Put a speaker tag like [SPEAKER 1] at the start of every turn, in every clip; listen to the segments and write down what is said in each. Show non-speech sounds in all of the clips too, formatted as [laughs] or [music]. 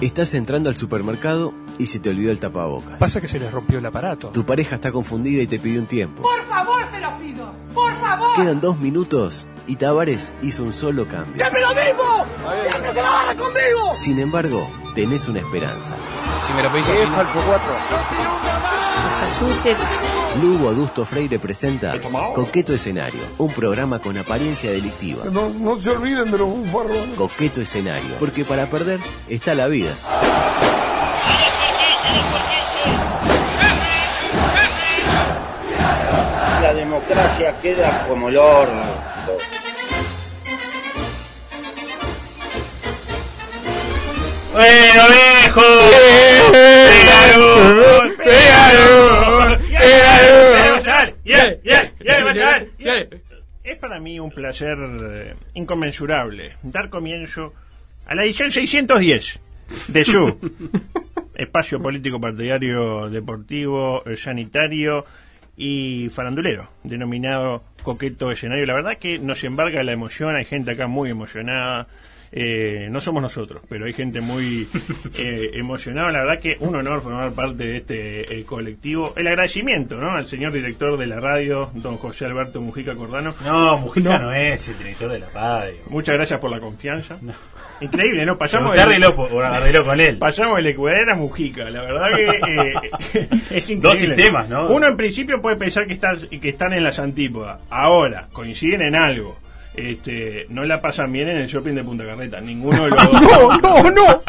[SPEAKER 1] Estás entrando al supermercado y se te olvidó el tapabocas.
[SPEAKER 2] Pasa que se les rompió el aparato.
[SPEAKER 1] Tu pareja está confundida y te pide un tiempo.
[SPEAKER 3] Por favor, se lo pido. Por favor.
[SPEAKER 1] Quedan dos minutos y Tavares hizo un solo cambio.
[SPEAKER 3] ¡Siempre lo mismo! ¡Siempre se la barra conmigo!
[SPEAKER 1] Sin embargo, tenés una esperanza.
[SPEAKER 4] Si me lo pedís así, no.
[SPEAKER 5] Masachute,
[SPEAKER 1] Lugo Adusto Freire presenta Coqueto Escenario, un programa con apariencia delictiva.
[SPEAKER 6] No, no se olviden de los bufarrones.
[SPEAKER 1] Coqueto Escenario, porque para perder está la vida.
[SPEAKER 7] La democracia queda como el horno.
[SPEAKER 4] ¡Bueno, viejo! ¡Pégalo! ¡Pégalo! ¡Pégalo! ¡Bien, bien, bien, Bachal!
[SPEAKER 8] Es para mí un placer eh, inconmensurable dar comienzo a la edición 610 de su espacio político, partidario, deportivo, eh, sanitario y farandulero, denominado Coqueto Escenario. La verdad que nos embarga la emoción, hay gente acá muy emocionada. eh, no somos nosotros, pero hay gente muy eh, emocionada. La verdad que un honor formar parte de este eh, colectivo. El agradecimiento ¿no? al señor director de la radio, don José Alberto Mujica Cordano.
[SPEAKER 4] No, Mujica no. es el director de la radio.
[SPEAKER 8] Muchas gracias por la confianza. Increíble, ¿no? Pasamos
[SPEAKER 4] Preguntá
[SPEAKER 8] del,
[SPEAKER 4] arregló por arregló con él.
[SPEAKER 8] pasamos del Ecuador a Mujica. La verdad
[SPEAKER 4] [laughs]
[SPEAKER 8] que eh, es increíble.
[SPEAKER 4] Dos sistemas, ¿no?
[SPEAKER 8] Uno en principio puede pensar que, estás, que están en las antípodas. Ahora, coinciden en algo. Este, no la pasan bien en el shopping de Punta Carreta. Ninguno de
[SPEAKER 4] [laughs]
[SPEAKER 8] los dos.
[SPEAKER 2] ¡No, no, no!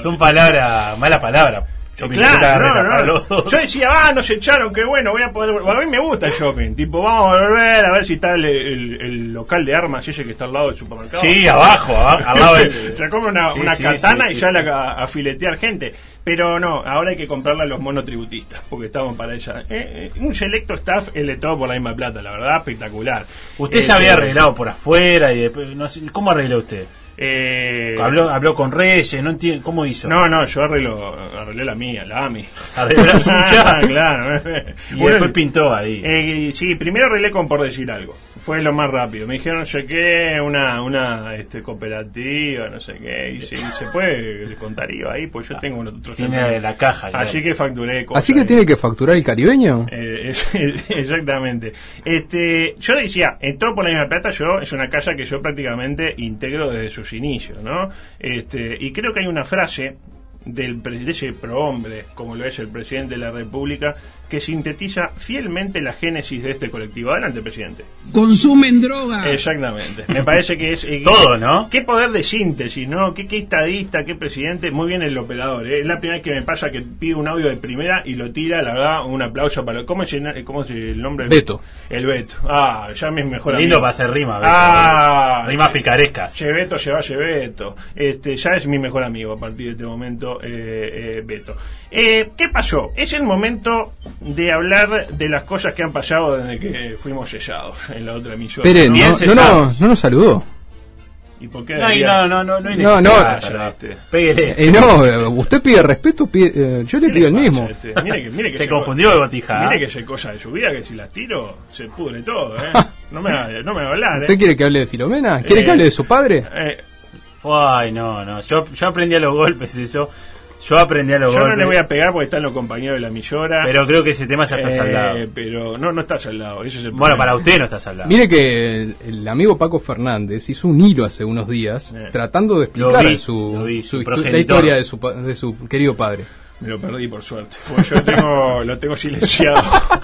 [SPEAKER 4] Son palabras, mala palabra. Yo me
[SPEAKER 8] Claro,
[SPEAKER 4] intento
[SPEAKER 8] no,
[SPEAKER 4] agarrar
[SPEAKER 8] no.
[SPEAKER 4] a los dos.
[SPEAKER 8] Yo decía, ah, nos echaron, qué bueno, voy a poder. vol-". A mí me gusta el shopping. Tipo, vamos a volver a ver si está el, el- el local de armas ese que está al lado del supermercado.
[SPEAKER 4] Sí, abajo,
[SPEAKER 8] [laughs]
[SPEAKER 4] abajo, al lado del-
[SPEAKER 8] Se come una,
[SPEAKER 4] Sí,
[SPEAKER 8] una
[SPEAKER 4] sí,
[SPEAKER 8] katana
[SPEAKER 4] sí,
[SPEAKER 8] y
[SPEAKER 4] sí.
[SPEAKER 8] sale a, a filetear gente. Pero no, ahora hay que comprarla a los monotributistas, porque estamos para ella. Eh, eh, un selecto staff el de todo por la misma plata, la verdad, espectacular.
[SPEAKER 4] Usted
[SPEAKER 8] Eh,
[SPEAKER 4] ya había
[SPEAKER 8] eh,
[SPEAKER 4] arreglado por afuera y después, no sé, ¿cómo arregló usted?
[SPEAKER 8] eh,
[SPEAKER 4] Habló, habló con Reyes, no entiendo, ¿cómo hizo?
[SPEAKER 8] No, no, yo arreglo, arreglé la mía, la
[SPEAKER 4] [laughs]
[SPEAKER 8] AMI. Ah, [laughs]
[SPEAKER 4] Arregló la suya.
[SPEAKER 8] claro. [laughs]
[SPEAKER 4] Y
[SPEAKER 8] Bueno,
[SPEAKER 4] después pintó ahí.
[SPEAKER 8] Eh, sí, primero arreglé con por decir algo. Fue lo más rápido. Me dijeron, chequé una, una este, cooperativa, no sé qué. Y si se puede descontar IVA ahí, pues yo tengo un otro
[SPEAKER 4] Ah, Tiene la caja. ya.
[SPEAKER 8] Así que facturé cosas.
[SPEAKER 2] Así que tiene que facturar el caribeño.
[SPEAKER 8] Eh, es- [laughs] exactamente. Este, yo decía, en todo por la misma plata, yo es una casa que yo prácticamente integro desde sus inicios, ¿no? Este, y creo que hay una frase del pre- de ese prohombre, como lo es el presidente de la República, que sintetiza fielmente la génesis de este colectivo. Adelante, presidente.
[SPEAKER 9] Consumen droga.
[SPEAKER 8] Exactamente. Me parece que
[SPEAKER 4] [laughs]
[SPEAKER 8] es eh,
[SPEAKER 4] Todo, ¿no?
[SPEAKER 8] Qué poder de síntesis, ¿no? Qué, qué estadista, qué presidente. Muy bien el operador. ¿eh? Es la primera vez que me pasa que pide un audio de primera y lo tira, la verdad, un aplauso para... ¿Cómo es el, cómo es el nombre?
[SPEAKER 2] Beto.
[SPEAKER 8] El Beto. Ah, ya me es mejor
[SPEAKER 4] Lindo
[SPEAKER 8] amigo.
[SPEAKER 4] para hacer rimas. ¿ves?
[SPEAKER 8] Ah,
[SPEAKER 4] rimas picarescas.
[SPEAKER 8] Che Beto, lleva Che Beto. Este, ya es mi mejor amigo a partir de este momento, eh, eh, Beto. Eh, ¿Qué pasó? Es el momento de hablar de las cosas que han pasado desde que fuimos sellados en la otra emisora.
[SPEAKER 2] Esperen,
[SPEAKER 8] ¿no?
[SPEAKER 4] Bien
[SPEAKER 2] no, no, no,
[SPEAKER 4] cesados.
[SPEAKER 2] no nos saludó.
[SPEAKER 8] ¿Y por qué
[SPEAKER 4] No, y
[SPEAKER 8] debería-
[SPEAKER 4] no, no, no, no hay
[SPEAKER 2] No,
[SPEAKER 4] necesidad.
[SPEAKER 8] no.
[SPEAKER 4] ya, este. Pégale.
[SPEAKER 2] Eh, no, eh, usted pide respeto, pide- eh, yo le
[SPEAKER 8] ¿Qué
[SPEAKER 2] pido el
[SPEAKER 8] le pasa,
[SPEAKER 2] mismo.
[SPEAKER 8] este? Mire que, mire que
[SPEAKER 4] [laughs] Se confundió de botija.
[SPEAKER 8] Mire
[SPEAKER 4] ¿eh?
[SPEAKER 8] que se cosa de su vida, que si las tiro, se pudre todo,
[SPEAKER 2] [laughs]
[SPEAKER 8] ¿eh? No me va, no me va a hablar,
[SPEAKER 2] ¿Usted
[SPEAKER 8] ¿eh?
[SPEAKER 2] quiere que hable de Filomena? ¿Quiere
[SPEAKER 8] Eh,
[SPEAKER 2] que hable de su padre?
[SPEAKER 8] Eh,
[SPEAKER 4] Ay, no, no. Yo, yo aprendí a los golpes eso. Yo aprendí a los
[SPEAKER 8] yo
[SPEAKER 4] golpes.
[SPEAKER 8] no le voy a pegar porque están los compañeros de la millora.
[SPEAKER 4] Pero creo que ese tema ya está
[SPEAKER 8] Eh,
[SPEAKER 4] saldado.
[SPEAKER 8] Pero no, no está saldado. Eso es el
[SPEAKER 4] Bueno, para
[SPEAKER 8] problema.
[SPEAKER 4] usted no está saldado.
[SPEAKER 2] Mire que el, el amigo Paco Fernández hizo un hilo hace unos días
[SPEAKER 8] Eh.
[SPEAKER 2] tratando de explicar
[SPEAKER 4] Lo vi,
[SPEAKER 2] su,
[SPEAKER 4] lo vi,
[SPEAKER 2] su
[SPEAKER 4] su
[SPEAKER 2] histo-
[SPEAKER 4] progenitor.
[SPEAKER 2] la historia de su, pa- de su querido padre.
[SPEAKER 8] Me lo perdí por suerte. Porque yo tengo, [laughs] lo tengo silenciado.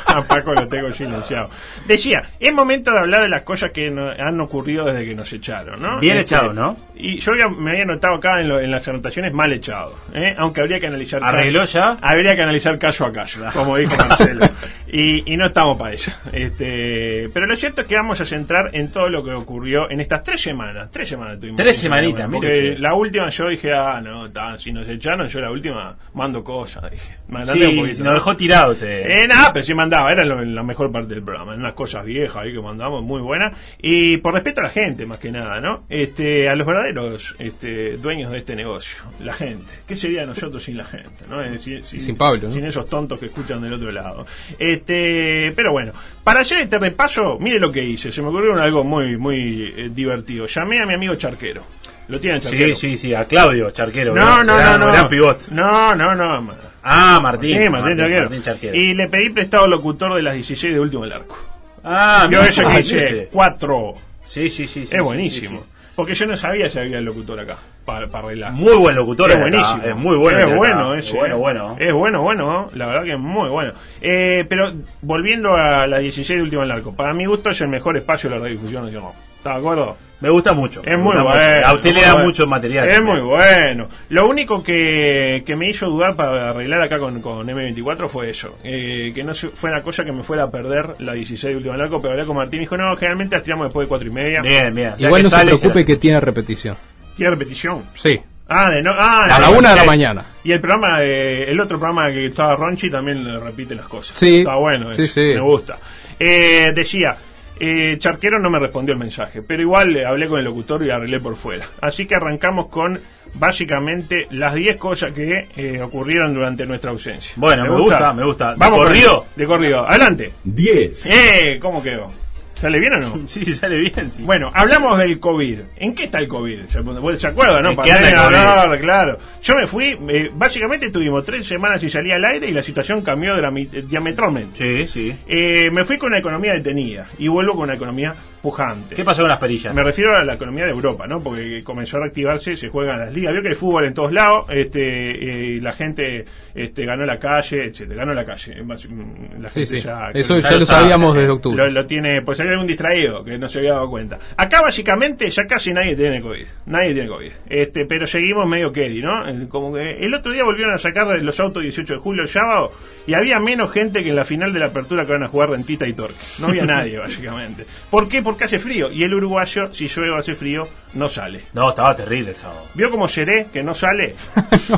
[SPEAKER 8] A Paco lo tengo silenciado. Decía, es momento de hablar de las cosas que no- han ocurrido desde que nos echaron, ¿no? Este,
[SPEAKER 4] Bien echado, ¿no?
[SPEAKER 8] Y yo había- me había notado acá en, lo- en las anotaciones mal echado. ¿eh? Aunque habría que analizar. ca-
[SPEAKER 4] ¿Arregló ya?
[SPEAKER 8] Habría que analizar caso a caso, como dijo Marcelo. y, y no estamos para eso. Este, pero lo cierto es que vamos a centrar en todo lo que ocurrió en estas tres semanas. Tres semanas tuvimos.
[SPEAKER 4] Tres semanitas, mire
[SPEAKER 8] Porque
[SPEAKER 4] usted.
[SPEAKER 8] la última yo dije, ah, no, tan, si nos echaron, yo la última mando cosas. Dije, mandate un
[SPEAKER 4] Sí,
[SPEAKER 8] poquito.
[SPEAKER 4] nos dejó tirado usted.
[SPEAKER 8] Eh, nada, pero sí mandaba, era lo- la mejor parte del programa, eran unas cosas viejas ahí que mandamos, muy buenas. Y por respeto a la gente, más que nada, ¿no? Este, a los verdaderos este, dueños de este negocio, la gente. ¿Qué sería de nosotros sin la gente? ¿no? Eh, sin,
[SPEAKER 2] Sin Pablo, ¿no?
[SPEAKER 8] Sin esos tontos que escuchan del otro lado. Este, pero bueno, para hacer este repaso, mire lo que hice. Se me ocurrió algo muy, muy eh, divertido. Llamé a mi amigo Charquero. Lo tienen
[SPEAKER 4] Sí,
[SPEAKER 8] Charquero.
[SPEAKER 4] sí, sí, a Claudio Charquero.
[SPEAKER 8] No,
[SPEAKER 4] gran-
[SPEAKER 8] no, no,
[SPEAKER 4] gran-
[SPEAKER 8] no.
[SPEAKER 4] gran pivot.
[SPEAKER 8] No, no, no. ma-
[SPEAKER 4] Ah, Martín.
[SPEAKER 8] Sí, Martín Charquero.
[SPEAKER 4] Martín Charquero.
[SPEAKER 8] Y le pedí prestado al locutor de las 16 de último del arco.
[SPEAKER 4] Ah,
[SPEAKER 8] Yo
[SPEAKER 4] mira,
[SPEAKER 8] eso que hice
[SPEAKER 4] ¿viste?
[SPEAKER 8] 4
[SPEAKER 4] Sí, sí, sí. sí,
[SPEAKER 8] es
[SPEAKER 4] sí,
[SPEAKER 8] buenísimo.
[SPEAKER 4] sí, sí.
[SPEAKER 8] Porque yo no sabía si había el locutor acá para, para arreglar.
[SPEAKER 4] Muy buen locutor.
[SPEAKER 8] es
[SPEAKER 4] el de acá,
[SPEAKER 8] buenísimo.
[SPEAKER 4] Es muy bueno.
[SPEAKER 8] Es
[SPEAKER 4] el de acá,
[SPEAKER 8] bueno
[SPEAKER 4] es
[SPEAKER 8] ese.
[SPEAKER 4] Bueno,
[SPEAKER 8] eh.
[SPEAKER 4] bueno.
[SPEAKER 8] Es bueno, bueno. La verdad que es muy bueno. Eh, pero volviendo a la 16 de último del arco. Para mi gusto es el mejor espacio de la radiodifusión nacional. ¿Estás de acuerdo?
[SPEAKER 4] Me gusta mucho. me
[SPEAKER 8] Es muy
[SPEAKER 4] gusta mucho.
[SPEAKER 8] bueno.
[SPEAKER 4] A usted
[SPEAKER 8] muy
[SPEAKER 4] le da
[SPEAKER 8] bueno.
[SPEAKER 4] mucho material.
[SPEAKER 8] Es
[SPEAKER 4] también.
[SPEAKER 8] muy bueno. Lo único que, que me hizo dudar para arreglar acá con, con M24 fue eso. Eh, que no se- fue una cosa que me fuera a perder la 16 de último largo, pero hablé con Martín y dijo, no, generalmente las tiramos después de 4 y media.
[SPEAKER 4] Bien, bien. O sea
[SPEAKER 2] Igual
[SPEAKER 4] que
[SPEAKER 2] no se
[SPEAKER 4] sale y la-
[SPEAKER 2] preocupe que tiene repetición.
[SPEAKER 8] Tiene repetición.
[SPEAKER 2] Sí.
[SPEAKER 8] Ah, de no, ah,
[SPEAKER 2] A la
[SPEAKER 8] no,
[SPEAKER 2] una de la
[SPEAKER 8] sí.
[SPEAKER 2] mañana.
[SPEAKER 8] Y el programa, de- el otro programa que estaba Ronchi también le repite las cosas.
[SPEAKER 2] Sí.
[SPEAKER 8] Está bueno,
[SPEAKER 2] Sí,
[SPEAKER 8] eso,
[SPEAKER 2] sí.
[SPEAKER 8] me gusta. Eh, decía, eh, Charquero no me respondió el mensaje, pero igual eh, hablé con el locutor y arreglé por fuera. Así que arrancamos con básicamente las 10 cosas que eh, ocurrieron durante nuestra ausencia.
[SPEAKER 4] Bueno, me gusta, me gusta. ¿De
[SPEAKER 8] Vamos, con-
[SPEAKER 4] corrido?
[SPEAKER 8] De corrido, adelante.
[SPEAKER 5] 10,
[SPEAKER 8] Eh, ¿cómo quedó? ¿Sale bien o no?
[SPEAKER 4] [laughs] Sí, sí, sale bien. Sí.
[SPEAKER 8] Bueno, hablamos del COVID. ¿En qué está el COVID? ¿Se, vos- ¿se acuerdan, no?
[SPEAKER 4] ¿En qué anda el
[SPEAKER 8] Pandemia, hablar, claro. Yo me fui, eh, básicamente tuvimos tres semanas y salí al aire y la situación cambió drami- eh, diametralmente.
[SPEAKER 4] Sí, sí.
[SPEAKER 8] Eh, me fui con una economía detenida y vuelvo con una economía pujante.
[SPEAKER 4] ¿Qué pasó con las perillas?
[SPEAKER 8] Me refiero a la economía de Europa, ¿no? Porque comenzó a reactivarse, se juegan las ligas. Vio que hay fútbol en todos lados, este, eh, y la gente este, ganó la calle, etcétera, ganó la calle. Es más, mm, la
[SPEAKER 2] Sí,
[SPEAKER 8] gente
[SPEAKER 2] sí.
[SPEAKER 8] ya-
[SPEAKER 2] Eso
[SPEAKER 4] ya
[SPEAKER 2] ya
[SPEAKER 4] lo
[SPEAKER 2] lo
[SPEAKER 4] sabe.
[SPEAKER 2] sabíamos desde octubre.
[SPEAKER 8] lo, lo tiene, pues hay algún distraído que no se había dado cuenta. Acá básicamente ya casi nadie tiene COVID. Nadie tiene COVID. Este, pero seguimos medio Keddy, ¿no? Eh, Como que el otro día volvieron a sacar los autos 18 de julio el sábado y había menos gente que en la final de la apertura que van a jugar Rentista y Torque. No había nadie, básicamente. ¿Por qué? Porque hace frío. Y el uruguayo, si llueve o hace frío, no sale.
[SPEAKER 4] No, estaba terrible el sábado.
[SPEAKER 8] ¿Vio como Seré que no sale?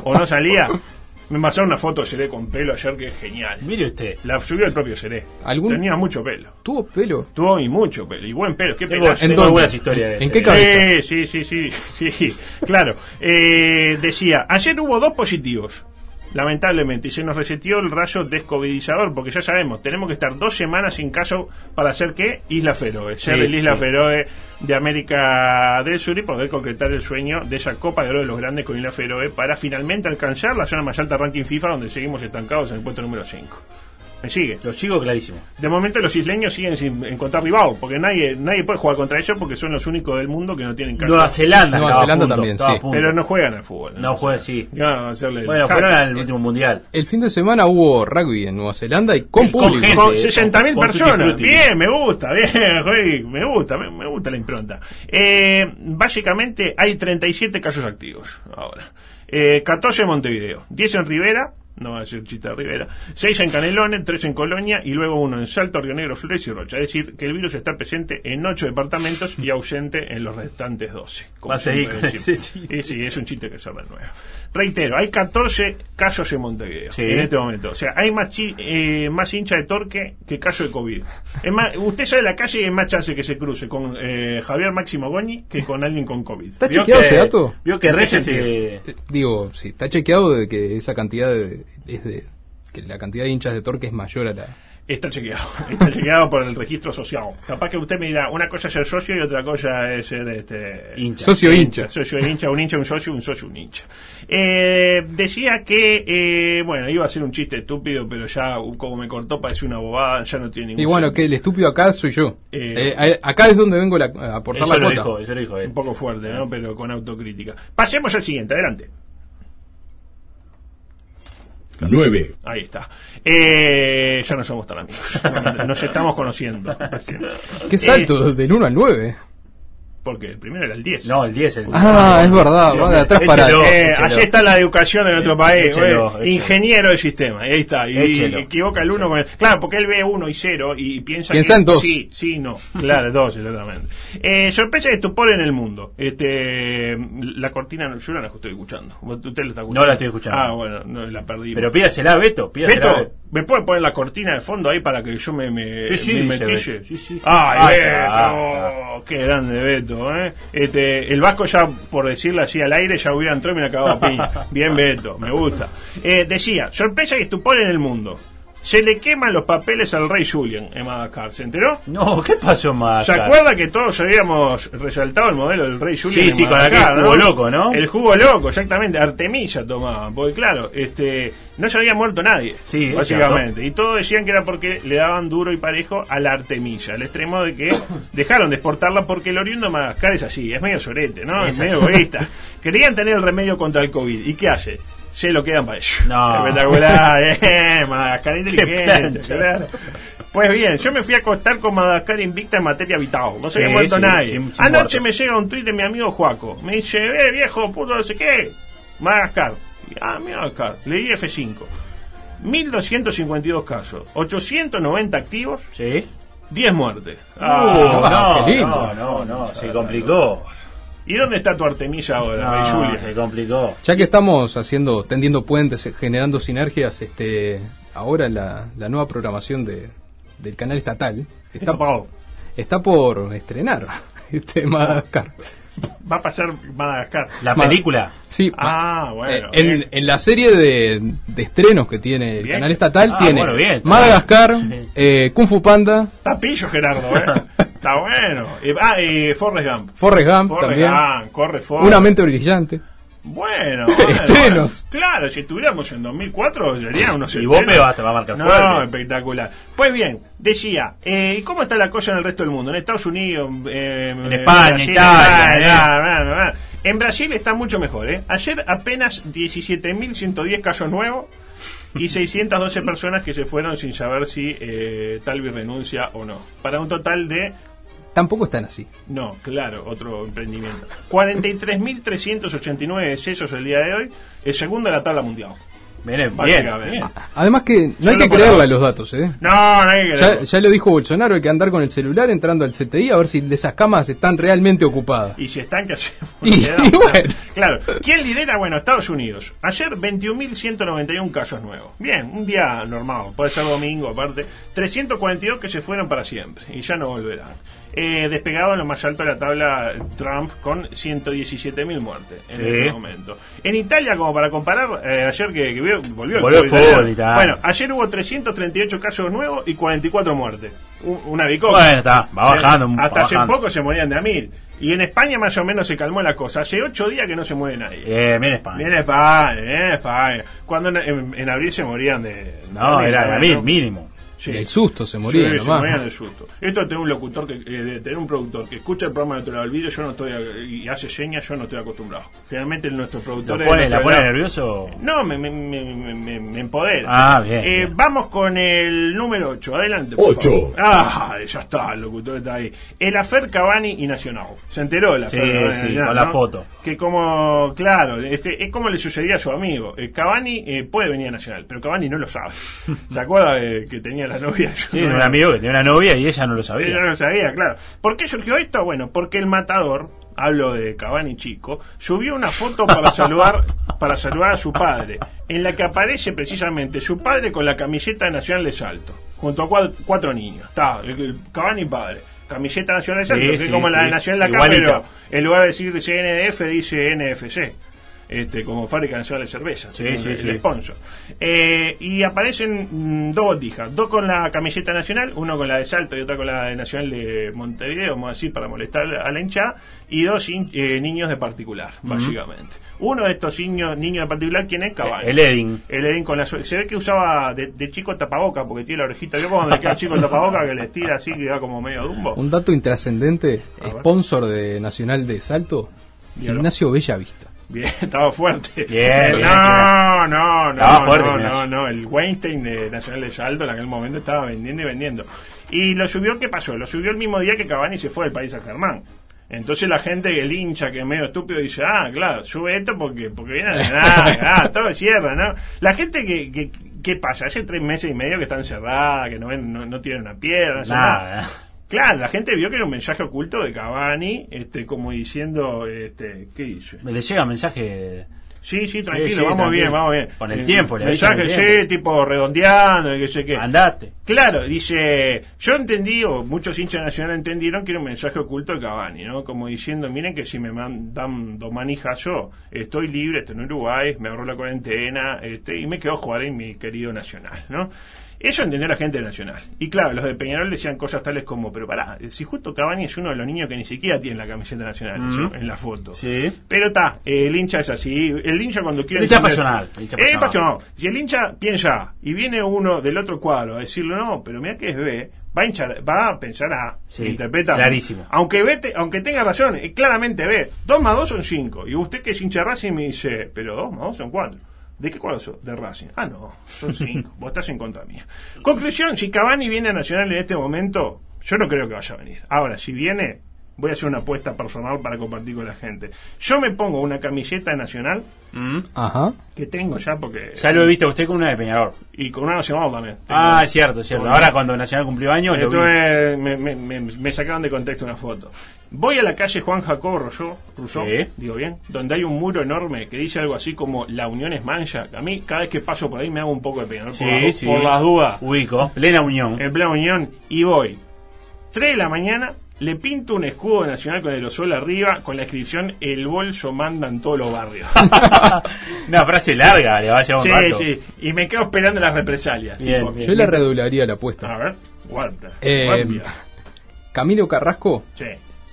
[SPEAKER 8] ¿O no salía? Me pasaron una foto de Seré con pelo ayer que es genial.
[SPEAKER 4] Mire usted.
[SPEAKER 8] La subió el propio Seré.
[SPEAKER 2] ¿Algún-
[SPEAKER 8] Tenía mucho pelo.
[SPEAKER 2] ¿Tuvo pelo?
[SPEAKER 8] Tuvo y mucho pelo, y buen pelo, qué
[SPEAKER 4] Tengo-
[SPEAKER 8] pelazo.
[SPEAKER 4] tengo
[SPEAKER 2] dónde?
[SPEAKER 4] buenas historias. de
[SPEAKER 2] ¿En
[SPEAKER 4] este.
[SPEAKER 2] qué cabeza?
[SPEAKER 8] Sí, sí, sí, sí, sí, claro. Eh, decía, ayer hubo dos positivos, lamentablemente, y se nos reseteó el rayo descovidizador, porque ya sabemos, tenemos que estar dos semanas sin caso para hacer qué? Isla Feroe, ser
[SPEAKER 4] Sí,
[SPEAKER 8] el Isla
[SPEAKER 4] sí.
[SPEAKER 8] Feroe de América del Sur y poder concretar el sueño de esa Copa de Oro de los Grandes con Isla Feroe para finalmente alcanzar la zona más alta ranking FIFA, donde seguimos estancados en el puesto número 5. ¿Me sigue?
[SPEAKER 4] Lo sigo clarísimo.
[SPEAKER 8] De momento los isleños siguen sin encontrar rival, porque nadie nadie puede jugar contra ellos porque son los únicos del mundo que no tienen cancha.
[SPEAKER 4] Nueva Zelanda.
[SPEAKER 2] Nueva
[SPEAKER 4] estaba a
[SPEAKER 2] Zelanda
[SPEAKER 4] punto,
[SPEAKER 2] también,
[SPEAKER 4] estaba a
[SPEAKER 2] sí.
[SPEAKER 4] punto.
[SPEAKER 8] pero no juegan al fútbol.
[SPEAKER 4] No juega así.
[SPEAKER 8] Ya, van a hacerle el
[SPEAKER 4] Bueno,
[SPEAKER 8] hack.
[SPEAKER 4] fueron al último mundial.
[SPEAKER 2] El fin de semana hubo rugby en Nueva Zelanda y con
[SPEAKER 4] Y con
[SPEAKER 2] público.
[SPEAKER 4] gente.
[SPEAKER 8] Con 60.000
[SPEAKER 4] Con Tutti
[SPEAKER 8] personas.
[SPEAKER 4] Frutti.
[SPEAKER 8] Bien, me gusta, [laughs] bien, Joey, me gusta, me, me gusta la impronta. Eh, básicamente hay 37 casos activos ahora. Eh, 14 en Montevideo, 10 en Rivera, no va a ser chita Rivera, 6 en Canelones, 3 en Colonia y luego uno en Salto, Río Negro, Flores y Rocha. Es decir, que el virus está presente en 8 departamentos y ausente en los restantes 12. como
[SPEAKER 4] Va a seguir
[SPEAKER 8] siempre
[SPEAKER 4] con
[SPEAKER 8] decimos.
[SPEAKER 4] ese chiste.
[SPEAKER 8] Y sí, es un chiste que se renueva. Reitero, hay 14 casos en Montevideo
[SPEAKER 4] Sí.
[SPEAKER 8] en este momento. O sea, hay más chi- eh, más hincha de Torque que caso de COVID. Es más, usted sale a la calle y hay más chance que se cruce con eh, Javier Máximo Goñi que con alguien con COVID.
[SPEAKER 2] ¿Está chequeado ese dato?
[SPEAKER 4] vio que
[SPEAKER 8] ¿En qué
[SPEAKER 4] Reyes
[SPEAKER 8] sentido?
[SPEAKER 4] se-
[SPEAKER 2] Eh, Digo, sí, está chequeado de que esa cantidad de, es de- que la cantidad de hinchas de Torque es mayor a la...
[SPEAKER 8] Está chequeado. [laughs] Está chequeado por el registro social. Capaz que usted me dirá, una cosa es ser socio y otra cosa es ser este,
[SPEAKER 4] hincha.
[SPEAKER 2] Socio hincha.
[SPEAKER 8] Socio un hincha, un hincha, un socio, un socio, un hincha. Eh, decía que, eh, bueno, iba a ser un chiste estúpido, pero ya uh, como me cortó parece una bobada, ya no tiene ningún
[SPEAKER 2] Y bueno, que
[SPEAKER 8] sentido.
[SPEAKER 2] el estúpido acá soy yo.
[SPEAKER 8] Eh,
[SPEAKER 2] Eh, a- acá es donde vengo la- a aportar
[SPEAKER 4] Eso
[SPEAKER 2] la
[SPEAKER 4] lo
[SPEAKER 2] cuota.
[SPEAKER 4] dijo, eso lo dijo él.
[SPEAKER 8] Un poco fuerte,
[SPEAKER 2] Ah.
[SPEAKER 8] ¿no? Pero con autocrítica. Pasemos al siguiente, adelante.
[SPEAKER 5] 9,
[SPEAKER 8] Ahí está. Eh, ya no somos
[SPEAKER 2] [laughs]
[SPEAKER 8] tan amigos. Nos estamos conociendo. Eh.
[SPEAKER 2] Qué salto, del 1 al 9.
[SPEAKER 8] Porque el primero era el 10.
[SPEAKER 4] No, el 10. El...
[SPEAKER 2] Ah, es verdad, va de atrás para...
[SPEAKER 4] Échelo.
[SPEAKER 8] Eh,
[SPEAKER 4] échelo.
[SPEAKER 8] allí está la educación de nuestro país.
[SPEAKER 4] Échelo,
[SPEAKER 8] güey.
[SPEAKER 4] échelo.
[SPEAKER 8] Ingeniero del sistema. Ahí está. Y
[SPEAKER 4] Échelo.
[SPEAKER 8] equivoca el uno con el. Claro, porque él ve uno y cero y piensa.
[SPEAKER 2] Piensa
[SPEAKER 8] que-
[SPEAKER 2] en dos.
[SPEAKER 8] Sí, sí, no.
[SPEAKER 4] [laughs]
[SPEAKER 8] Claro, dos, exactamente. Eh, sorpresa y estupor en el mundo. Este, la cortina, no- yo no la estoy escuchando. Usted la está escuchando.
[SPEAKER 4] No la estoy escuchando.
[SPEAKER 8] Ah, bueno, no, la perdí.
[SPEAKER 4] Pero pídasela, Beto. Pídasela.
[SPEAKER 8] Beto, ¿me puede poner la cortina de fondo ahí para que yo me, me,
[SPEAKER 4] Sí, sí,
[SPEAKER 8] me
[SPEAKER 4] dice
[SPEAKER 8] metiche?
[SPEAKER 4] Beto. Sí, sí.
[SPEAKER 8] Ay,
[SPEAKER 4] Ah,
[SPEAKER 8] Beto, oh,
[SPEAKER 4] está,
[SPEAKER 8] qué grande Beto, ¿eh? Este, el Vasco ya, por decirlo así al aire, ya hubiera
[SPEAKER 4] [laughs]
[SPEAKER 8] entrado y me la cagado a piña. Bien Beto, me gusta. Eh, decía, sorpresa y estupor en el mundo. se le queman los papeles al rey Julian en Madagascar. ¿Se enteró?
[SPEAKER 4] No, ¿qué pasó más?
[SPEAKER 8] ¿Se acuerda que todos habíamos resaltado el modelo del rey Julian?
[SPEAKER 4] Sí,
[SPEAKER 8] en
[SPEAKER 4] sí, con
[SPEAKER 8] Madagascar,
[SPEAKER 4] aquel jugo loco, ¿no?
[SPEAKER 8] El jugo loco, exactamente. Artemisa tomaban, porque claro, este, no se había muerto nadie,
[SPEAKER 4] Sí, es
[SPEAKER 8] básicamente. Y todos decían que era porque le daban duro y parejo a la Artemisa, al extremo de
[SPEAKER 4] [laughs]
[SPEAKER 8] que dejaron de exportarla porque el oriundo de Madagascar es así, es medio sorete, ¿no? Es,
[SPEAKER 4] Es
[SPEAKER 8] medio
[SPEAKER 4] así.
[SPEAKER 8] egoísta. Querían tener el remedio contra el COVID. ¿Y qué hace? Se lo quedan para ellos. [laughs]
[SPEAKER 4] No.
[SPEAKER 8] Espectacular, eh, Madagascar inteligente,
[SPEAKER 4] plancha.
[SPEAKER 8] claro. Pues bien, yo me fui a acostar con Madagascar invicta en materia vital. No se
[SPEAKER 4] Sí,
[SPEAKER 8] había muerto
[SPEAKER 4] sí,
[SPEAKER 8] nadie.
[SPEAKER 4] sin- sin
[SPEAKER 8] Anoche
[SPEAKER 4] muertos.
[SPEAKER 8] me llega un tuit de mi amigo Juaco. Me dice, eh, viejo, puto, no sé qué. Madagascar. Y, Ah, Madagascar. Le di F5. 1252 casos, 890 activos,
[SPEAKER 4] Sí.
[SPEAKER 8] 10 muertes.
[SPEAKER 4] Uh,
[SPEAKER 8] Ah,
[SPEAKER 4] no,
[SPEAKER 2] qué lindo.
[SPEAKER 4] no, no, no, se complicó.
[SPEAKER 8] ¿Y dónde está tu Artemisa ahora,
[SPEAKER 4] No,
[SPEAKER 8] Julia?
[SPEAKER 4] se complicó.
[SPEAKER 2] Ya que estamos haciendo, tendiendo puentes, eh, generando sinergias, este, ahora la, la nueva programación de, del canal estatal está,
[SPEAKER 8] Tapado.
[SPEAKER 2] está por estrenar [laughs] este Madagascar.
[SPEAKER 8] Va a pasar Madagascar.
[SPEAKER 4] La
[SPEAKER 2] Ma-
[SPEAKER 4] película.
[SPEAKER 2] Sí,
[SPEAKER 8] Ah,
[SPEAKER 2] ma-
[SPEAKER 8] bueno,
[SPEAKER 2] eh, en,
[SPEAKER 8] bien.
[SPEAKER 2] en la serie de, de estrenos que tiene el
[SPEAKER 8] Bien.
[SPEAKER 2] canal estatal
[SPEAKER 4] Ah,
[SPEAKER 2] tiene
[SPEAKER 4] bueno, bien, está
[SPEAKER 2] Madagascar,
[SPEAKER 4] bien. Sí.
[SPEAKER 2] eh, Kung Fu Panda,
[SPEAKER 8] Está pillo, Gerardo,
[SPEAKER 4] [laughs]
[SPEAKER 8] ¿eh? está bueno. Eh, ah, eh, Forrest Gump.
[SPEAKER 2] Forrest Gump
[SPEAKER 8] Forrest
[SPEAKER 2] también,
[SPEAKER 8] Gump, corre Forrest.
[SPEAKER 2] Una mente brillante. [laughs]
[SPEAKER 8] Bueno, bueno,
[SPEAKER 2] Estrenos.
[SPEAKER 8] bueno. claro, si estuviéramos en 2004 sería unos
[SPEAKER 4] Y vos
[SPEAKER 8] estrenos.
[SPEAKER 4] pegaste, va a marcar
[SPEAKER 8] No,
[SPEAKER 4] fuerte.
[SPEAKER 8] espectacular. Pues bien, decía, eh, ¿y ¿cómo está la cosa en el resto del mundo? En Estados Unidos, eh, en
[SPEAKER 4] España,
[SPEAKER 8] Brasil,
[SPEAKER 4] Italia,
[SPEAKER 8] en-
[SPEAKER 4] eh.
[SPEAKER 8] ah, ah, ah, ah. En Brasil está mucho mejor, ¿eh? Ayer apenas 17.110 casos nuevos y 612 personas que se fueron sin saber si eh, Talvi renuncia o no. Para un total de
[SPEAKER 2] Tampoco están así.
[SPEAKER 8] no, claro, otro emprendimiento. 43.389 decesos el día de hoy, el segundo de la tabla mundial.
[SPEAKER 4] Bien,
[SPEAKER 8] Básicamente.
[SPEAKER 4] bien, bien.
[SPEAKER 2] Además que no
[SPEAKER 8] Yo
[SPEAKER 2] hay que
[SPEAKER 8] lo
[SPEAKER 2] creerle
[SPEAKER 8] conozco.
[SPEAKER 2] a los datos, ¿eh?
[SPEAKER 8] No, no hay que
[SPEAKER 2] Ya,
[SPEAKER 8] creerlo.
[SPEAKER 2] ya lo dijo Bolsonaro, hay que andar con el celular entrando al CTI a ver si de esas camas están realmente ocupadas.
[SPEAKER 8] Y si [laughs] están, ¿qué hacemos?
[SPEAKER 2] Y-
[SPEAKER 8] Le damos,
[SPEAKER 2] y
[SPEAKER 8] claro.
[SPEAKER 2] bueno.
[SPEAKER 8] Claro. ¿Quién lidera? Bueno, Estados Unidos. Ayer 21.191 casos nuevos. Bien, un día normal. Puede ser domingo, aparte. 342 que se fueron para siempre y ya no volverán. Eh, despegado en lo más alto de la tabla Trump con 117.000 muertes en
[SPEAKER 4] Sí.
[SPEAKER 8] este momento. En Italia, como para comparar, eh, ayer que, que vio- volvió el
[SPEAKER 4] Volvió el
[SPEAKER 8] fútbol
[SPEAKER 4] fútbol
[SPEAKER 8] italiano.
[SPEAKER 4] italiano.
[SPEAKER 8] Bueno, ayer hubo 338 casos nuevos y 44 muertes. Un- Una bicoca.
[SPEAKER 4] Bueno, está, va bajando,
[SPEAKER 8] Eh,
[SPEAKER 4] va
[SPEAKER 8] Hasta hace
[SPEAKER 4] bajando.
[SPEAKER 8] poco se morían de a mil. Y en España más o menos se calmó la cosa. Hace ocho días que no se muere nadie.
[SPEAKER 4] Bien, bien Eh, España.
[SPEAKER 8] Bien España, bien España. eh, Cuando en, en- en abril se morían de...
[SPEAKER 4] No,
[SPEAKER 8] de-
[SPEAKER 4] era
[SPEAKER 8] ¿no?
[SPEAKER 4] la mil, mínimo.
[SPEAKER 8] Sí.
[SPEAKER 2] Del susto se morían,
[SPEAKER 8] Sí, se
[SPEAKER 2] nomás.
[SPEAKER 8] morían de susto. Esto de tener un locutor, que, eh, de tener un productor que escucha el programa de Te lo olvido, yo no estoy... a- Y hace señas, yo no estoy acostumbrado. Generalmente nuestros
[SPEAKER 4] ¿Lo
[SPEAKER 8] productores...
[SPEAKER 4] pone,
[SPEAKER 8] de
[SPEAKER 4] ¿La
[SPEAKER 8] nuestro
[SPEAKER 4] pone
[SPEAKER 8] lado-
[SPEAKER 4] nervioso?
[SPEAKER 8] No, me, me, me, me- me- me empodera.
[SPEAKER 4] Ah, bien,
[SPEAKER 8] Eh,
[SPEAKER 4] bien.
[SPEAKER 8] Vamos con el número 8. Adelante. por
[SPEAKER 5] Ocho.
[SPEAKER 8] favor. Ah, ya está, el locutor está ahí. El Afer Cavani y Nacional. Se enteró el Afer
[SPEAKER 4] Sí,
[SPEAKER 8] Cavani y
[SPEAKER 4] sí,
[SPEAKER 8] Nacional,
[SPEAKER 4] con la foto.
[SPEAKER 8] Que como, claro, este, es como le sucedía a su amigo. Eh, Cavani eh, puede venir a Nacional, pero Cavani no lo
[SPEAKER 4] [laughs]
[SPEAKER 8] sabe. ¿Se acuerda de que tenía la novia? Yo
[SPEAKER 4] Sí,
[SPEAKER 8] no-
[SPEAKER 4] un amigo que tenía una novia y ella no lo
[SPEAKER 8] yo no
[SPEAKER 4] sabía.
[SPEAKER 8] lo sabía, claro. ¿Por qué surgió esto? Bueno, porque el matador, hablo de Cavani chico, subió una foto
[SPEAKER 4] [laughs]
[SPEAKER 8] para saludar, para saludar a su padre, en la que aparece precisamente su padre con la camiseta de Nacional de Salto, junto a cua- cuatro niños. Está, el- el Cavani padre. Camiseta Nacional de
[SPEAKER 4] Sí,
[SPEAKER 8] Salto, que es
[SPEAKER 4] sí,
[SPEAKER 8] como la
[SPEAKER 4] sí.
[SPEAKER 8] de Nacional de acá,
[SPEAKER 4] Igualita.
[SPEAKER 8] pero en lugar de decir CNDF dice NFC. Este, como fábrica nacional de cerveza,
[SPEAKER 4] Sí,
[SPEAKER 8] el-
[SPEAKER 4] sí,
[SPEAKER 8] el
[SPEAKER 4] sí.
[SPEAKER 8] sponsor. Eh, y aparecen mm, dos botijas, dos con la camiseta nacional, uno con la de Salto y otra con la de Nacional de Montevideo, vamos a decir, para molestar a la hinchada, y dos hin- eh, niños de particular, básicamente. Uno de estos niños, niños de particular, ¿quién es? Cavani.
[SPEAKER 4] El Edin.
[SPEAKER 8] El Edin con la su- Se ve que usaba de, de chico tapaboca, porque tiene la orejita. ¿Vio cuando le queda el chico el tapaboca que les tira así, que va como medio dumbo?
[SPEAKER 2] Un dato intrascendente,
[SPEAKER 8] A ver.
[SPEAKER 2] sponsor de Nacional de Salto, Gimnasio Bella Vista.
[SPEAKER 8] Bien, [laughs] estaba fuerte.
[SPEAKER 4] Bien, bien,
[SPEAKER 8] no, no, no,
[SPEAKER 4] Estaba fuerte,
[SPEAKER 8] no,
[SPEAKER 4] mirá.
[SPEAKER 8] no, no. El Weinstein de Nacional de Salto en aquel momento estaba vendiendo y vendiendo. Y lo subió, ¿qué pasó? Lo subió el mismo día que Cavani se fue del país a Germán. Entonces la gente, el hincha que es medio estúpido, dice, ah, claro, sube esto porque, porque viene a
[SPEAKER 4] [laughs]
[SPEAKER 8] ganar, ah, todo cierra, ¿no? La gente que, que, ¿qué pasa? Hace tres meses y medio que está encerrada, que no ven, no, no tienen una pierna, no hacen
[SPEAKER 4] Nada.
[SPEAKER 8] Claro, la gente vio que era un mensaje oculto de Cavani, este, como diciendo, este, ¿qué dice?
[SPEAKER 4] Me le llega mensaje.
[SPEAKER 8] Sí, sí, tranquilo,
[SPEAKER 4] sí,
[SPEAKER 8] vamos
[SPEAKER 4] tranquilo.
[SPEAKER 8] bien, vamos bien.
[SPEAKER 4] Con el
[SPEAKER 8] Eh,
[SPEAKER 4] tiempo, le avisan
[SPEAKER 8] Mensaje,
[SPEAKER 4] el tiempo.
[SPEAKER 8] sí, tipo redondeando, y que sé qué.
[SPEAKER 4] Andate.
[SPEAKER 8] Claro, dice, yo entendí, o muchos hinchas nacionales entendieron que era un mensaje oculto de Cavani, ¿no? Como diciendo, miren que si me man- dan dos manijas yo, estoy libre, estoy en Uruguay, me ahorro la cuarentena, este, y me quedo a jugar en mi querido nacional, ¿no? Eso entendió la gente de nacional. Y claro, los de Peñarol decían cosas tales como, pero pará, si justo Cavani es uno de los niños que ni siquiera tiene la camiseta nacional ¿sí? en la foto.
[SPEAKER 4] Sí.
[SPEAKER 8] Pero está, eh, el hincha es así. El hincha cuando quiere...
[SPEAKER 4] El hincha
[SPEAKER 8] defender-
[SPEAKER 4] pasional, el hincha
[SPEAKER 8] Eh,
[SPEAKER 4] pasional.
[SPEAKER 8] pasional. Si el hincha piensa y viene uno del otro cuadro a decirle, no, pero mira que es B, va a, hinchar- va a pensar A,
[SPEAKER 4] Sí,
[SPEAKER 8] interpreta.
[SPEAKER 4] clarísimo.
[SPEAKER 8] Aunque, B te- aunque tenga razón, eh, claramente B. 2 más 2 son 5. Y usted que es hincha de Racing me dice, pero 2 más 2 son 4. ¿De qué cuadro sos? De Racing. Ah, no,
[SPEAKER 4] [laughs]
[SPEAKER 8] son 5. Vos estás en contra mía. Conclusión, si Cavani viene a Nacional en este momento, yo no creo que vaya a venir. Ahora, si viene, voy a hacer una apuesta personal para compartir con la gente. Yo me pongo una camiseta de nacional Mm.
[SPEAKER 2] Ajá.
[SPEAKER 8] que tengo ya porque...
[SPEAKER 4] Ya lo he visto a usted con una de Peñarol.
[SPEAKER 8] Y con una nacional también.
[SPEAKER 4] Ah,
[SPEAKER 8] Tengo-
[SPEAKER 4] es cierto, es cierto. Ahora cuando Nacional cumplió años, lo vi.
[SPEAKER 8] Estuve- me, me- me- me sacaron de contexto una foto. Voy a la calle Juan Jacobo Rousseau, Rousseau,
[SPEAKER 4] Sí.
[SPEAKER 8] digo bien, donde hay un muro enorme que dice algo así como La Unión es mancha. A mí, cada vez que paso por ahí, me hago un poco de Peñarol por,
[SPEAKER 4] Sí,
[SPEAKER 8] las-
[SPEAKER 4] sí.
[SPEAKER 8] por las dudas.
[SPEAKER 4] Ubico. Plena unión.
[SPEAKER 8] En plena Unión y voy. 3 de la mañana, le pinto un escudo nacional con el osol arriba, con la inscripción El bolso manda en todos los
[SPEAKER 4] [laughs]
[SPEAKER 8] barrios.
[SPEAKER 4] una frase larga, le va a llevar
[SPEAKER 8] sí,
[SPEAKER 4] un rato.
[SPEAKER 8] sí. Y me quedo esperando las represalias.
[SPEAKER 4] Bien,
[SPEAKER 9] Eh,
[SPEAKER 8] Tipo,
[SPEAKER 4] bien.
[SPEAKER 2] Yo le redoblaría la apuesta.
[SPEAKER 9] Ah.
[SPEAKER 8] A ver, guarda.
[SPEAKER 2] Eh,
[SPEAKER 8] rápido.
[SPEAKER 2] Camilo Carrasco,
[SPEAKER 8] Sí.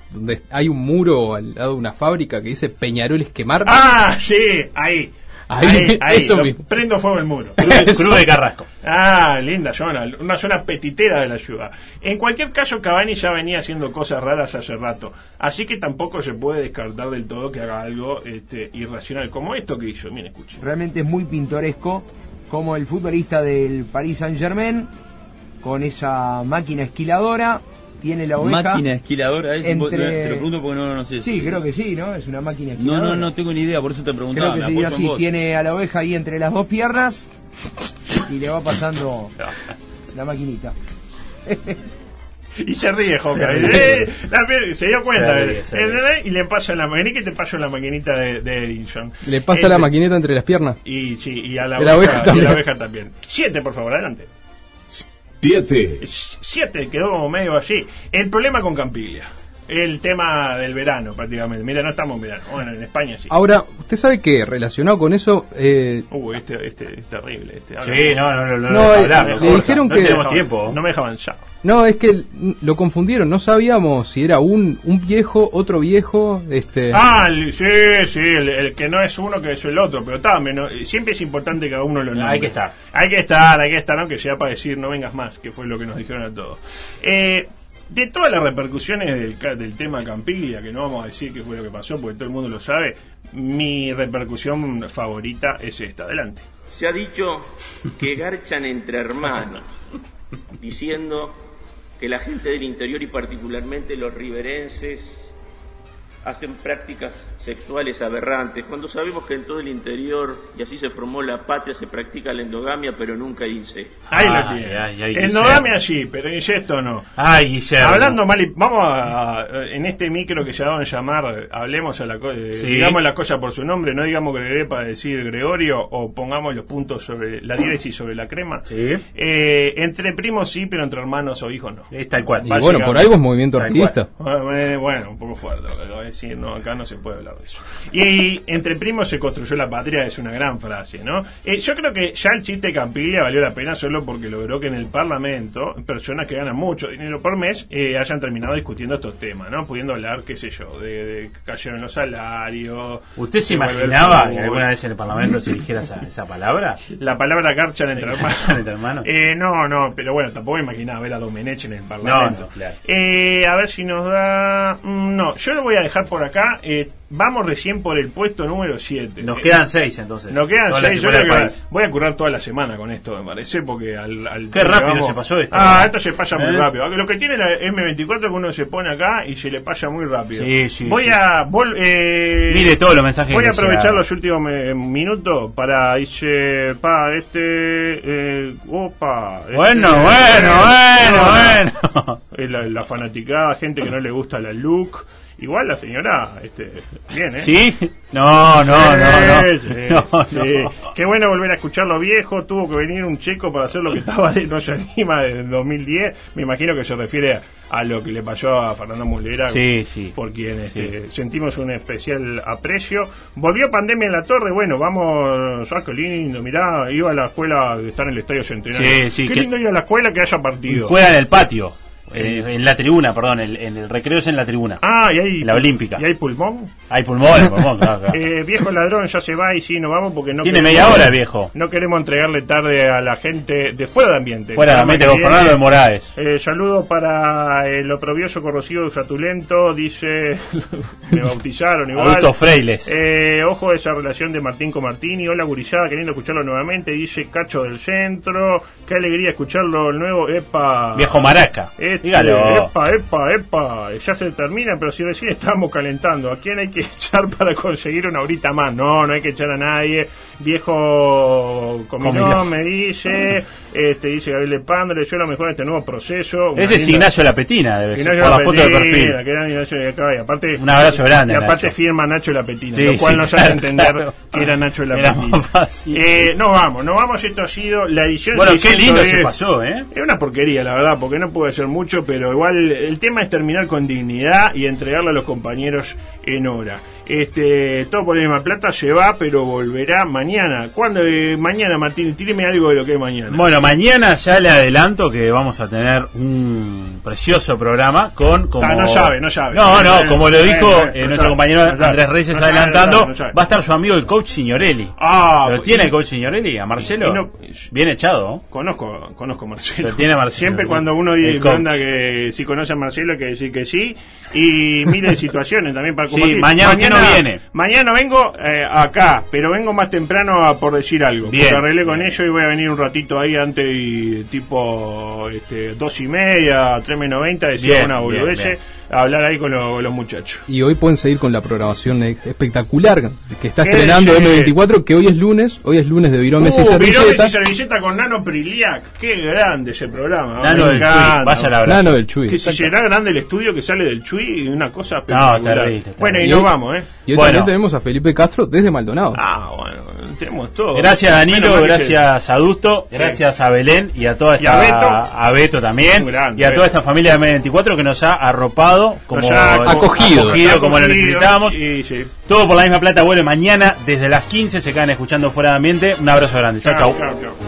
[SPEAKER 2] donde hay un muro al lado de una fábrica que dice Peñarol es quemar.
[SPEAKER 8] Ah, sí, ahí.
[SPEAKER 2] Ahí, [laughs] eso
[SPEAKER 8] lo
[SPEAKER 2] mismo.
[SPEAKER 8] Prendo fuego el muro.
[SPEAKER 4] Club, Club de Carrasco.
[SPEAKER 8] Ah, linda zona, una zona petitera de la ciudad. En cualquier caso, Cavani ya venía haciendo cosas raras hace rato, así que tampoco se puede descartar del todo que haga algo este, irracional como esto que hizo. Miren, escuchen.
[SPEAKER 9] Realmente es muy pintoresco como el futbolista del Paris Saint Germain con esa máquina esquiladora tiene la oveja.
[SPEAKER 10] Máquina esquiladora, es,
[SPEAKER 9] Entre-
[SPEAKER 10] vos- te lo pregunto porque no, no, no sé.
[SPEAKER 9] Sí, creo que sí, ¿no? Es una máquina
[SPEAKER 10] No,
[SPEAKER 9] esquiladora.
[SPEAKER 10] no, no tengo ni idea, por eso te
[SPEAKER 9] Creo
[SPEAKER 10] preguntaba.
[SPEAKER 9] que
[SPEAKER 10] me
[SPEAKER 9] sí,
[SPEAKER 10] apoyo en
[SPEAKER 9] así
[SPEAKER 10] vos.
[SPEAKER 9] tiene a la oveja ahí entre las dos piernas y le va pasando la maquinita.
[SPEAKER 8] Y se ríe, Joca.
[SPEAKER 4] Se ríe.
[SPEAKER 8] Eh, la pe- se dio cuenta.
[SPEAKER 4] Se ríe,
[SPEAKER 8] eh.
[SPEAKER 4] se ríe.
[SPEAKER 8] Y le pasa la maquinita y te paso la maquinita de, de Edison.
[SPEAKER 2] Le pasa la
[SPEAKER 8] Este,
[SPEAKER 2] maquineta entre las piernas.
[SPEAKER 8] Y, sí, y a la,
[SPEAKER 2] De la
[SPEAKER 8] oveja,
[SPEAKER 2] oveja
[SPEAKER 8] y a la
[SPEAKER 2] también.
[SPEAKER 8] oveja también. Siete, por favor, adelante.
[SPEAKER 5] 7.
[SPEAKER 8] 7 quedó como medio allí. El problema con Campiglia. El tema del verano, prácticamente. Mira, no estamos en verano. Bueno, en España sí.
[SPEAKER 2] Ahora, usted sabe que relacionado con eso, eh,
[SPEAKER 8] Uh, este, este es terrible. Este. Ahora,
[SPEAKER 4] Sí, no, no, no, no.
[SPEAKER 2] No,
[SPEAKER 4] no,
[SPEAKER 2] eh,
[SPEAKER 4] hablar,
[SPEAKER 2] le
[SPEAKER 4] mejor.
[SPEAKER 2] dijeron
[SPEAKER 4] no
[SPEAKER 2] que-
[SPEAKER 4] tenemos
[SPEAKER 8] no,
[SPEAKER 4] tiempo.
[SPEAKER 8] No me deja avanzar.
[SPEAKER 2] no, es que l- lo confundieron, no sabíamos si era un, un viejo, otro viejo, este...
[SPEAKER 8] Ah, el- sí, sí, el, el que no es uno que es el otro, pero está, menos- siempre es importante que cada uno lo nombre.
[SPEAKER 4] Hay que estar.
[SPEAKER 8] Hay que estar, hay que estar, aunque sea para decir no vengas más, que fue lo que nos dijeron a todos. Eh, de todas las repercusiones del, ca- del tema Campiglia, que no vamos a decir qué fue lo que pasó, porque todo el mundo lo sabe, mi repercusión favorita es esta. Adelante.
[SPEAKER 11] Se ha dicho que garchan entre hermanos, diciendo que la gente del interior y particularmente los riverenses hacen prácticas sexuales aberrantes, cuando sabemos que en todo el interior, y así se formó la patria, se practica la endogamia, pero nunca el incesto.
[SPEAKER 8] Ahí lo
[SPEAKER 4] Ay,
[SPEAKER 8] tiene.
[SPEAKER 4] ay, ay,
[SPEAKER 8] Endogamia
[SPEAKER 4] Guillermo.
[SPEAKER 8] allí, pero incesto no.
[SPEAKER 4] Ay, Guillermo.
[SPEAKER 8] Hablando mal, y- vamos a, a- en este micro que llamaban llamar, eh, hablemos a la co- eh,
[SPEAKER 4] Sí.
[SPEAKER 8] digamos la cosa por su nombre, no digamos Gregoré para decir Gregorio o pongamos los puntos sobre la diéresis sobre la crema.
[SPEAKER 4] Sí.
[SPEAKER 8] Eh, entre primos sí, pero entre hermanos o hijos no.
[SPEAKER 4] Es tal cual.
[SPEAKER 2] y
[SPEAKER 8] vaya,
[SPEAKER 2] bueno, por
[SPEAKER 8] cabrón.
[SPEAKER 2] algo es movimiento
[SPEAKER 4] Tal
[SPEAKER 2] artista.
[SPEAKER 8] Bueno, eh, bueno, un poco fuerte lo que acabo de decir, no, acá no se puede hablar de eso. Y entre primos se construyó la patria, es una gran frase, ¿no? Eh, yo creo que ya el chiste de Campiglia valió la pena solo porque logró que en el Parlamento personas que ganan mucho dinero por mes eh, hayan terminado discutiendo estos temas, ¿no? Pudiendo hablar, qué sé yo, de, de que cayeron los salarios.
[SPEAKER 4] ¿Usted se
[SPEAKER 8] de volver
[SPEAKER 4] imaginaba
[SPEAKER 8] al
[SPEAKER 4] que
[SPEAKER 8] fútbol.
[SPEAKER 4] alguna vez en el Parlamento se dijera esa, esa palabra?
[SPEAKER 8] La palabra garchan
[SPEAKER 4] [laughs]
[SPEAKER 8] entre hermanos.
[SPEAKER 4] garchan entre hermanos.
[SPEAKER 8] Eh, no, no, pero bueno, tampoco me imaginaba ver a Domenech en el Parlamento.
[SPEAKER 4] No, no, claro.
[SPEAKER 8] Eh, a ver si nos da... mm, No, yo lo voy a dejar por acá. Eh, vamos recién por el puesto número 7.
[SPEAKER 4] Nos quedan seis entonces.
[SPEAKER 8] Eh, Nos quedan
[SPEAKER 4] Todas las
[SPEAKER 8] seis. Yo
[SPEAKER 4] escuelas
[SPEAKER 8] creo que
[SPEAKER 4] del país.
[SPEAKER 8] voy a currar toda la semana con esto, me parece, porque al. al
[SPEAKER 4] Qué rápido se pasó esto.
[SPEAKER 8] Ah, esto se pasa muy
[SPEAKER 4] ¿Eh?
[SPEAKER 8] rápido. Lo que tiene la M24 que uno se pone acá y se le pasa muy rápido.
[SPEAKER 4] Sí, sí,
[SPEAKER 8] Voy
[SPEAKER 4] sí.
[SPEAKER 8] a. vol- eh,
[SPEAKER 4] Mire todos los mensajes
[SPEAKER 8] Voy a
[SPEAKER 4] que nos
[SPEAKER 8] aprovechar
[SPEAKER 4] llegan.
[SPEAKER 8] los últimos me- minutos para. Dice. Pa, este. eh, opa. este- eh,
[SPEAKER 4] Bueno, bueno, bueno,
[SPEAKER 8] No, no.
[SPEAKER 4] bueno.
[SPEAKER 8] Eh, La, la fanaticada, gente que no le gusta la look. Igual la señora, este, bien, ¿eh?
[SPEAKER 4] ¿Sí? No, no, no, no.
[SPEAKER 8] Sí,
[SPEAKER 4] [laughs]
[SPEAKER 8] sí,
[SPEAKER 4] No,
[SPEAKER 8] sí.
[SPEAKER 4] no.
[SPEAKER 8] Qué bueno volver a escucharlo viejo. Tuvo que venir un checo para hacer lo que estaba de No se anima desde el 2010. Me imagino que se refiere a lo que le pasó a Fernando Mulera.
[SPEAKER 4] Sí, sí.
[SPEAKER 8] Por quien
[SPEAKER 4] Sí.
[SPEAKER 8] este, sentimos un especial aprecio. Volvió pandemia en la torre. Bueno, vamos. Ah, qué lindo. Mirá, iba a la escuela de estar en el estadio centenario.
[SPEAKER 4] Sí, sí,
[SPEAKER 8] Qué
[SPEAKER 4] que-
[SPEAKER 8] lindo ir a la escuela que haya partido.
[SPEAKER 4] Juega en el patio. eh, en la tribuna, perdón. el- en el recreo es en la tribuna.
[SPEAKER 8] Ah, y hay.
[SPEAKER 4] en la olímpica.
[SPEAKER 8] ¿Y hay pulmón? [laughs]
[SPEAKER 4] Hay pulmón, pulmón, claro, claro.
[SPEAKER 8] Eh, viejo ladrón, ya se va y sí, nos vamos porque no
[SPEAKER 4] Tiene
[SPEAKER 8] queremos-
[SPEAKER 4] media hora, viejo.
[SPEAKER 8] No queremos entregarle tarde a la gente de fuera de ambiente.
[SPEAKER 4] Fuera de
[SPEAKER 8] Programa
[SPEAKER 4] ambiente
[SPEAKER 8] que
[SPEAKER 4] con
[SPEAKER 8] viene.
[SPEAKER 4] Fernando de Moraes.
[SPEAKER 8] Eh, saludo para eh, el oprobioso, corrosivo y fratulento, dice. [laughs] me bautizaron igual.
[SPEAKER 4] Adultos frailes.
[SPEAKER 8] Eh, ojo esa relación de Martín con Martini. Hola, gurizada, queriendo escucharlo nuevamente, dice Cacho del Centro. Qué alegría escucharlo el nuevo. Epa.
[SPEAKER 4] Viejo Maraca.
[SPEAKER 8] Este,
[SPEAKER 4] Dígalo.
[SPEAKER 8] epa, epa, epa, ya se termina, pero si recién estábamos calentando, ¿a quién hay que [laughs] echar para conseguir una horita más? No, no hay que echar a nadie. Viejo Comilón
[SPEAKER 4] Comilón.
[SPEAKER 8] me dice, este dice Gabriel Lepandre, yo lo mejor en este nuevo proceso. Una
[SPEAKER 4] Ese es
[SPEAKER 8] linda-
[SPEAKER 4] Ignacio La Petina, debe ser.
[SPEAKER 8] Ignacio
[SPEAKER 4] Por la foto de
[SPEAKER 8] Lapetina,
[SPEAKER 4] perfil.
[SPEAKER 8] que era Ignacio de acá, y aparte,
[SPEAKER 4] Un abrazo grande,
[SPEAKER 8] Y aparte
[SPEAKER 4] Nacho.
[SPEAKER 8] firma Nacho La Petina,
[SPEAKER 4] Sí,
[SPEAKER 8] lo cual
[SPEAKER 4] sí,
[SPEAKER 8] nos
[SPEAKER 4] claro,
[SPEAKER 8] hace entender
[SPEAKER 4] claro.
[SPEAKER 8] que era Nacho La
[SPEAKER 4] Era
[SPEAKER 8] Petina.
[SPEAKER 4] más fácil.
[SPEAKER 8] Eh, no vamos, no vamos, esto ha sido la edición
[SPEAKER 4] Bueno, qué lindo
[SPEAKER 8] 610.
[SPEAKER 4] se pasó, ¿eh?
[SPEAKER 8] Es una porquería, la verdad, porque no puede ser mucho, pero igual el tema es terminar con dignidad y entregarle a los compañeros en hora. Este, todo por la misma plata se va, pero volverá mañana. ¿Cuándo? eh, mañana, Martín, tíreme algo de lo que es mañana.
[SPEAKER 4] Bueno, mañana ya le adelanto que vamos a tener un precioso programa con como
[SPEAKER 8] Ah, no sabe, no sabe.
[SPEAKER 4] No, no,
[SPEAKER 8] Eh,
[SPEAKER 4] como lo
[SPEAKER 8] eh,
[SPEAKER 4] dijo
[SPEAKER 8] no,
[SPEAKER 4] eh,
[SPEAKER 8] no
[SPEAKER 4] nuestro
[SPEAKER 8] sabe,
[SPEAKER 4] compañero
[SPEAKER 8] no sabe,
[SPEAKER 4] Andrés Reyes
[SPEAKER 8] no sabe,
[SPEAKER 4] adelantando,
[SPEAKER 8] no sabe, no sabe.
[SPEAKER 4] va a estar su amigo el coach Signorelli.
[SPEAKER 8] Ah,
[SPEAKER 4] ¿Lo tiene
[SPEAKER 8] y-
[SPEAKER 4] el coach Signorelli? ¿A Marcelo?
[SPEAKER 8] y no-
[SPEAKER 4] Bien echado.
[SPEAKER 8] Conozco, conozco a Marcelo.
[SPEAKER 4] Lo tiene a Marcelo.
[SPEAKER 8] Siempre cuando uno
[SPEAKER 4] El
[SPEAKER 8] dice
[SPEAKER 4] coach.
[SPEAKER 8] manda que si conoce a Marcelo hay que decir que sí. Y miles de situaciones también para
[SPEAKER 4] Sí,
[SPEAKER 8] compartir.
[SPEAKER 4] mañana usted no viene.
[SPEAKER 8] Mañana vengo eh, acá, pero vengo más temprano a- por decir algo.
[SPEAKER 4] Bien.
[SPEAKER 8] Porque arreglé con ellos y voy a venir un ratito ahí antes y tipo este, dos y media, tres menos noventa, decir
[SPEAKER 4] Bien,
[SPEAKER 8] una
[SPEAKER 4] bien,
[SPEAKER 8] boludez,
[SPEAKER 4] bien.
[SPEAKER 8] a hablar ahí con lo- los muchachos.
[SPEAKER 2] Y hoy pueden seguir con la programación ex- espectacular que está
[SPEAKER 8] ¿Qué
[SPEAKER 2] estrenando
[SPEAKER 8] dice?
[SPEAKER 2] M24, que hoy es lunes, hoy es lunes de Viró Messi y
[SPEAKER 8] Uh, Virones
[SPEAKER 2] Servilleta.
[SPEAKER 8] y servilleta con Nano Priliac. Qué grande ese programa.
[SPEAKER 4] Nano
[SPEAKER 8] me
[SPEAKER 4] del Chuy,
[SPEAKER 8] encanta.
[SPEAKER 4] vaya la
[SPEAKER 2] Nano del Chuy.
[SPEAKER 8] Que si será grande el estudio que sale del Chui, una cosa
[SPEAKER 4] está
[SPEAKER 8] espectacular.
[SPEAKER 4] terrible, está
[SPEAKER 8] bueno, y
[SPEAKER 2] Y
[SPEAKER 8] nos
[SPEAKER 2] hoy-
[SPEAKER 8] vamos, ¿eh?
[SPEAKER 2] Y hoy
[SPEAKER 4] Bueno.
[SPEAKER 2] también tenemos a Felipe Castro desde Maldonado.
[SPEAKER 8] Ah, bueno, tenemos todo.
[SPEAKER 4] Gracias
[SPEAKER 8] Menos
[SPEAKER 4] Danilo,
[SPEAKER 8] mal que
[SPEAKER 4] gracias Adusto, gracias a Belén y a toda
[SPEAKER 8] Y a
[SPEAKER 4] esta
[SPEAKER 8] Beto.
[SPEAKER 4] a Beto también
[SPEAKER 8] Un grande,
[SPEAKER 4] y a
[SPEAKER 8] Beto.
[SPEAKER 4] toda esta familia de M24 que nos ha arropado como
[SPEAKER 8] Nos ha
[SPEAKER 2] acogido.
[SPEAKER 4] como lo
[SPEAKER 8] acogido,
[SPEAKER 4] necesitábamos.
[SPEAKER 8] y sí.
[SPEAKER 4] Todo por la misma plata vuelve mañana desde las 15. Se quedan escuchando fuera de ambiente. Un abrazo grande. Chao, chao.
[SPEAKER 8] chao, chao.